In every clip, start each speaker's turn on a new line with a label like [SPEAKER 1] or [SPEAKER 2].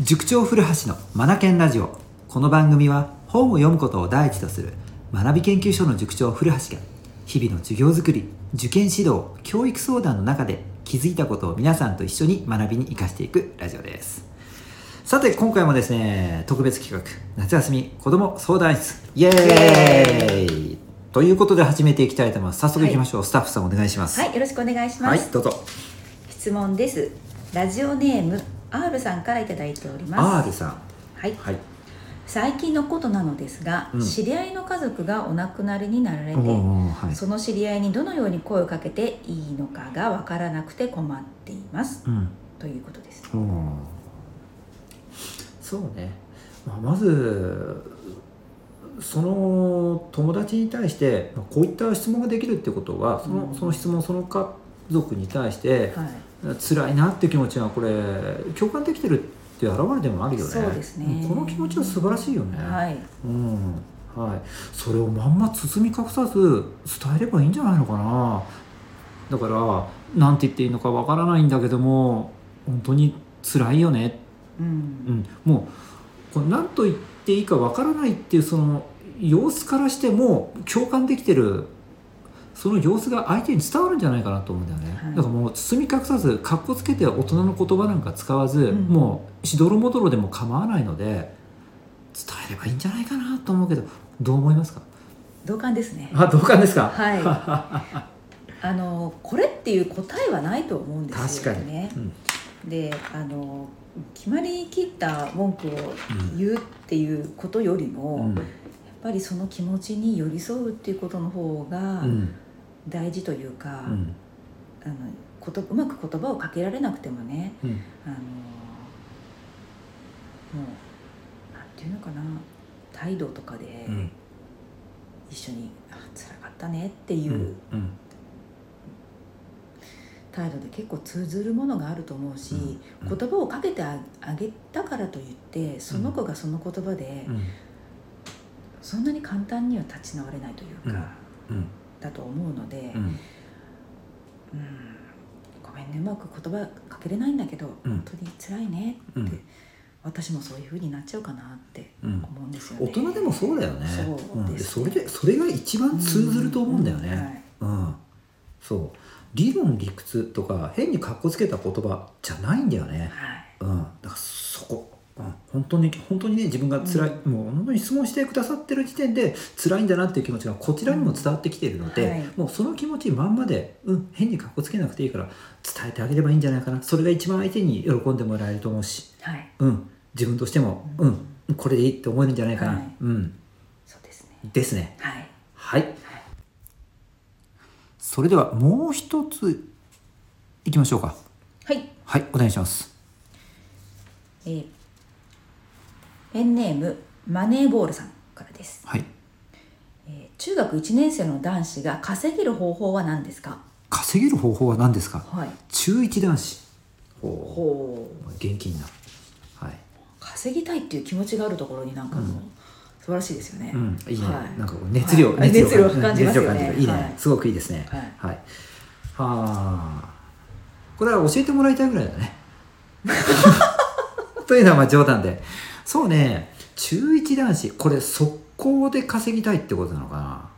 [SPEAKER 1] 塾長古橋のマナケンラジオこの番組は本を読むことを第一とする学び研究所の塾長古橋が日々の授業づくり受験指導教育相談の中で気づいたことを皆さんと一緒に学びに生かしていくラジオですさて今回もですね特別企画夏休み子ども相談室イエーイということで始めていきたいと思います早速いきましょう、スタッフさんお願いします
[SPEAKER 2] はい、よろしくお願いしま
[SPEAKER 1] はい
[SPEAKER 2] す。
[SPEAKER 1] どうぞ
[SPEAKER 2] 質問です。ラジオネーム R さんからいただいております。
[SPEAKER 1] R さん
[SPEAKER 2] はい。
[SPEAKER 1] はい
[SPEAKER 2] 最近のことなのですが、
[SPEAKER 1] うん
[SPEAKER 2] 知り合いの家族がお亡くなりになられ
[SPEAKER 1] お
[SPEAKER 2] て、
[SPEAKER 1] ーはい
[SPEAKER 2] その知り合いにどのように声をかけていいのかがわからなくて困っています
[SPEAKER 1] うん
[SPEAKER 2] ということです。
[SPEAKER 1] うんそうね、まあ、まずその友達に対してまあこういった質問ができるってことはその,、
[SPEAKER 2] うん
[SPEAKER 1] その質問その家族に対して
[SPEAKER 2] はい。
[SPEAKER 1] 辛いなって気持ちがこれ共感できてるっていう表れでもあるよね
[SPEAKER 2] そうですね
[SPEAKER 1] んこの気持ちは素晴らしいよね、
[SPEAKER 2] はい。
[SPEAKER 1] うんはい、それをまんま包み隠さず伝えればいいんじゃないのかなだから何て言っていいのかわからないんだけども本当に辛いよね、
[SPEAKER 2] う。
[SPEAKER 1] うんん、もうこれ何と言っていいかわからないっていうその様子からしても共感できてるその様子が相手に伝わるんじゃないかなと思うんだよね、
[SPEAKER 2] はい
[SPEAKER 1] だからもう包み隠さずかっこつけて大人の言葉なんか使わず、
[SPEAKER 2] ん
[SPEAKER 1] もうしどろもどろでも構わないので伝えればいいんじゃないかなと思うけどどう思いますか
[SPEAKER 2] 同感ですね。
[SPEAKER 1] あ同感ですか、
[SPEAKER 2] はい。あのこれっていう答えはないと思うんですよ
[SPEAKER 1] 確か
[SPEAKER 2] ね。
[SPEAKER 1] うん
[SPEAKER 2] であの決まりきった文句を言うっていうことよりも、
[SPEAKER 1] う
[SPEAKER 2] やっ
[SPEAKER 1] ん
[SPEAKER 2] ぱりその気持ちに寄り添うっていうことの方が
[SPEAKER 1] うん
[SPEAKER 2] 大事というか、
[SPEAKER 1] うん
[SPEAKER 2] あのことうまく言葉をかけられなくてもね
[SPEAKER 1] うん
[SPEAKER 2] あのもうなんていうのかな態度とかで
[SPEAKER 1] うん
[SPEAKER 2] 一緒に「あ辛かったね」って
[SPEAKER 1] う
[SPEAKER 2] い
[SPEAKER 1] ん
[SPEAKER 2] う態度で結構通ずるものがあると思うし、
[SPEAKER 1] うんうん
[SPEAKER 2] 言葉をかけてああげたからといってその子がその言葉で、
[SPEAKER 1] うん
[SPEAKER 2] そんなに簡単には立ち直れないというか、
[SPEAKER 1] うん
[SPEAKER 2] だと思うので、
[SPEAKER 1] うん
[SPEAKER 2] うんごめんねうまく言葉かけれないんだけど、
[SPEAKER 1] うん
[SPEAKER 2] 本当に辛いねっ
[SPEAKER 1] う
[SPEAKER 2] て、
[SPEAKER 1] ん
[SPEAKER 2] 私もそういう風になっちゃうかなって
[SPEAKER 1] うん
[SPEAKER 2] 思うんですよね。
[SPEAKER 1] 大人でもそうだよね
[SPEAKER 2] そう
[SPEAKER 1] うん、で
[SPEAKER 2] です
[SPEAKER 1] それでそれが一番通ずると思うんだよね、うん、そう理論理屈とか変にかっこつけた言葉じゃないんだよ
[SPEAKER 2] うん
[SPEAKER 1] ね、
[SPEAKER 2] はい
[SPEAKER 1] うん、だからそこ、うん、本当に本当にね自分が辛い、もう本当に質問してくださってる時点で辛いんだなっていう気持ちがこちらにも伝わってきてるので、
[SPEAKER 2] うんはい
[SPEAKER 1] もうその気持ちまんまで、うん、変にかっこつけなくていいから伝えてあげればいいんじゃないかなそれが一番相手に喜んでもらえると思うし、
[SPEAKER 2] はい、はい、
[SPEAKER 1] うん、自分としても、うん、これでいいって思えるんじゃないかな、
[SPEAKER 2] はい
[SPEAKER 1] うん、
[SPEAKER 2] そうですね。
[SPEAKER 1] ですね。
[SPEAKER 2] はい
[SPEAKER 1] はい。それではもう一ついきましょうか。
[SPEAKER 2] はい
[SPEAKER 1] はい、お願いします。
[SPEAKER 2] えーペンネームマネーボールさんからです、
[SPEAKER 1] はい。
[SPEAKER 2] えー中学1年生の男子が稼げる方法は何ですか
[SPEAKER 1] 稼げる方法は何ですか。
[SPEAKER 2] はい
[SPEAKER 1] 中一男子。ほ
[SPEAKER 2] ほう
[SPEAKER 1] う。現金な。はい。
[SPEAKER 2] 稼ぎたいっていう気持ちがあるところになんかもう、素晴らしいですよね、
[SPEAKER 1] うん、いいね。
[SPEAKER 2] はい
[SPEAKER 1] なんかこう熱量、
[SPEAKER 2] はい熱量感じます
[SPEAKER 1] 熱
[SPEAKER 2] よね
[SPEAKER 1] 量感じるいいね、
[SPEAKER 2] はい
[SPEAKER 1] すごくいいですね。
[SPEAKER 2] はい
[SPEAKER 1] はい。はあ。これは教えてもらいたいぐらい だね。というのはまあ冗談で。そうね。中一男子、これ速攻で稼ぎたいってことなのかな。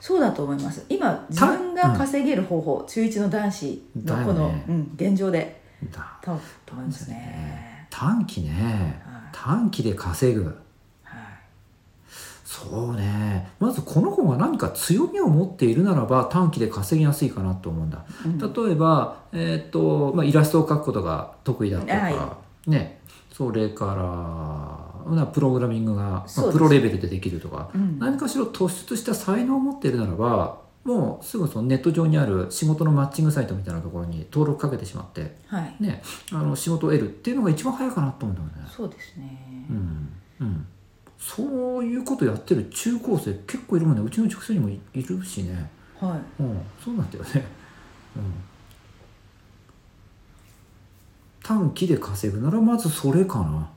[SPEAKER 2] そうだと思います今自分が稼げる方法、中1の男子のこ
[SPEAKER 1] だよ
[SPEAKER 2] の、
[SPEAKER 1] ね
[SPEAKER 2] うん、現状で
[SPEAKER 1] だ
[SPEAKER 2] 多分と思いますね、
[SPEAKER 1] 短期ね
[SPEAKER 2] はい
[SPEAKER 1] 短期で稼ぐ
[SPEAKER 2] はい
[SPEAKER 1] そうねまずこの子が何か強みを持っているならば短期で稼ぎやすいかなと思うんだ
[SPEAKER 2] うん
[SPEAKER 1] 例えば、えーっとまあ、イラストを描くことが得意だったとか、
[SPEAKER 2] は
[SPEAKER 1] ねそれからなプログラミングが、まあ
[SPEAKER 2] そうです
[SPEAKER 1] プロレベルでできるとか
[SPEAKER 2] うん
[SPEAKER 1] 何かしら突出した才能を持っているならばもうすぐそのネット上にある仕事のマッチングサイトみたいなところに登録かけてしまって
[SPEAKER 2] はい、
[SPEAKER 1] ね、あの仕事を得るっていうのが一番早いかなと思うんだよね。
[SPEAKER 2] そうですね、
[SPEAKER 1] うんうん、そういうことやってる中高生結構いるもんねうちの塾生にもいいるしね、
[SPEAKER 2] はい
[SPEAKER 1] うん、そうなんだよね、うん、短期で稼ぐならまずそれかな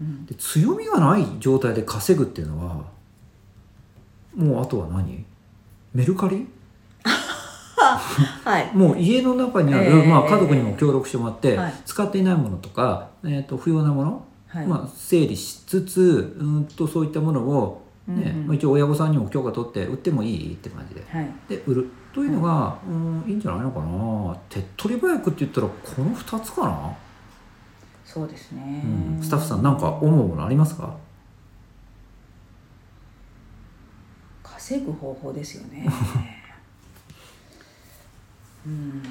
[SPEAKER 2] うん
[SPEAKER 1] で強みがない状態で稼ぐっていうのはもうあとは何メルカリ
[SPEAKER 2] はい
[SPEAKER 1] もう家の中にある、
[SPEAKER 2] えー
[SPEAKER 1] まあ、家族にも協力してもらって、
[SPEAKER 2] はい
[SPEAKER 1] 使っていないものとか、えー、と不要なもの
[SPEAKER 2] はい
[SPEAKER 1] まあ、整理しつつうんとそういったものを、ね
[SPEAKER 2] うんうん
[SPEAKER 1] まあ、一応親御さんにも許可取って売ってもいいって感じで
[SPEAKER 2] はい
[SPEAKER 1] で売るというのが、うん、いいんじゃないのかな手っ取り早くって言ったらこの2つかな、
[SPEAKER 2] そうですね、
[SPEAKER 1] うん、スタッフさんなんか思うものありますか
[SPEAKER 2] 稼ぐ方法ですよ ねうん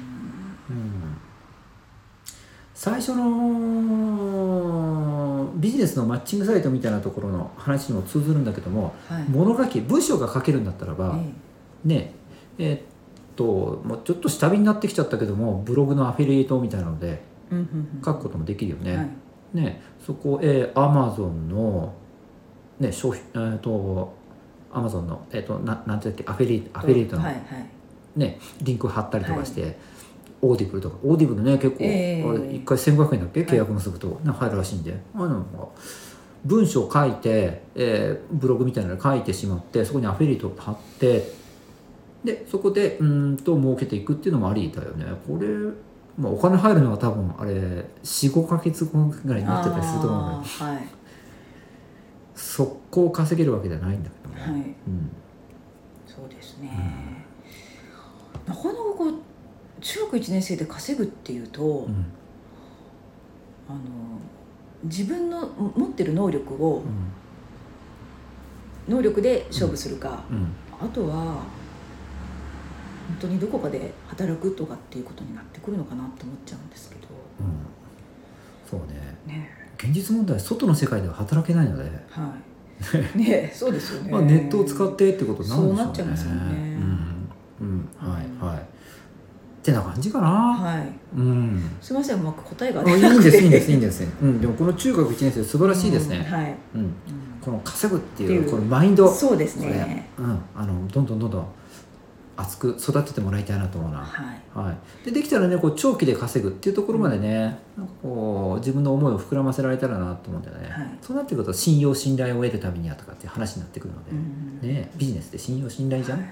[SPEAKER 1] 最初のビジネスのマッチングサイトみたいなところの話にも通ずるんだけども
[SPEAKER 2] はい
[SPEAKER 1] 物書き文章が書けるんだったらば、
[SPEAKER 2] え
[SPEAKER 1] ねえっともうちょっと下火になってきちゃったけどもブログのアフィリエイトみたいなので
[SPEAKER 2] えうんうんうん
[SPEAKER 1] 書くこともできるよね。
[SPEAKER 2] はい
[SPEAKER 1] ねそこえアマゾンのね商品えっとアマゾンのえっとななんて言うっけアフィリエイトアフィリエイトの
[SPEAKER 2] はいはい
[SPEAKER 1] ね、リンク貼ったりとかして、オーディブルとかオーディブルね結構、
[SPEAKER 2] ええ
[SPEAKER 1] あれ1回1500円だっけ
[SPEAKER 2] はい
[SPEAKER 1] 契約結ぶと、なんか入るらしいんであの文章を書いて、えーブログみたいなの書いてしまってそこにアフィリエイトを貼ってでそこでうーんと儲けていくっていうのもありだよねこれ、まあ、お金入るのは多分あれ45か月後ぐらいになってたりすると思う
[SPEAKER 2] あ
[SPEAKER 1] ので
[SPEAKER 2] ーはい
[SPEAKER 1] 速攻稼げるわけじゃないんだけどね、
[SPEAKER 2] はい
[SPEAKER 1] うん
[SPEAKER 2] そうですね、なかなかこう中学1年生で稼ぐっていうと、
[SPEAKER 1] うん
[SPEAKER 2] あの自分の持ってる能力を
[SPEAKER 1] うん
[SPEAKER 2] 能力で勝負するか、
[SPEAKER 1] うん
[SPEAKER 2] あとは本当にどこかで働くとかっていうことになってくるのかなって思っちゃうんですけど
[SPEAKER 1] うん、そうね
[SPEAKER 2] ね
[SPEAKER 1] 現実問題外の世界では働けないので、
[SPEAKER 2] は いねそうですよね、
[SPEAKER 1] まあ、ネットを使ってってことになるんでしょうね
[SPEAKER 2] そうなっちゃいますよね
[SPEAKER 1] うん、うん、はい
[SPEAKER 2] うん
[SPEAKER 1] はいってな感じかな、
[SPEAKER 2] はい
[SPEAKER 1] うん
[SPEAKER 2] すみませんうまく答えが
[SPEAKER 1] あいいんですいいん ですいいん
[SPEAKER 2] で
[SPEAKER 1] です、うん、でもこの中学1年生素晴らしいですね、
[SPEAKER 2] はい、
[SPEAKER 1] うん
[SPEAKER 2] うん
[SPEAKER 1] この稼ぐって
[SPEAKER 2] っ
[SPEAKER 1] い
[SPEAKER 2] ていうう
[SPEAKER 1] このマインド
[SPEAKER 2] そうです
[SPEAKER 1] これ
[SPEAKER 2] ね、
[SPEAKER 1] うん、あのどんどんどんどん熱く育ててもらいたいなと思うな
[SPEAKER 2] はい
[SPEAKER 1] はい、でできたらねこう長期で稼ぐっていうところまでね、なんかこう自分の思いを膨らませられたらなと思うんだよね、
[SPEAKER 2] はい
[SPEAKER 1] そうなってくると信用信頼を得るためにはとかっていう話になってくるので、
[SPEAKER 2] うん
[SPEAKER 1] ね、ビジネスって信用信頼じゃん、
[SPEAKER 2] は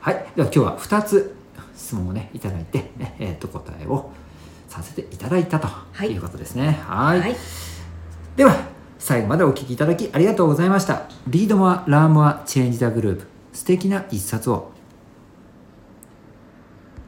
[SPEAKER 1] はい
[SPEAKER 2] い
[SPEAKER 1] では今日は2つ質問をねいただいて、ねえーと答えをさせていただいたと
[SPEAKER 2] い
[SPEAKER 1] いうことですねはい
[SPEAKER 2] はい
[SPEAKER 1] では最後までお聞きいただきありがとうございましたリードモアラーモアチェンジザグループ素敵な一冊を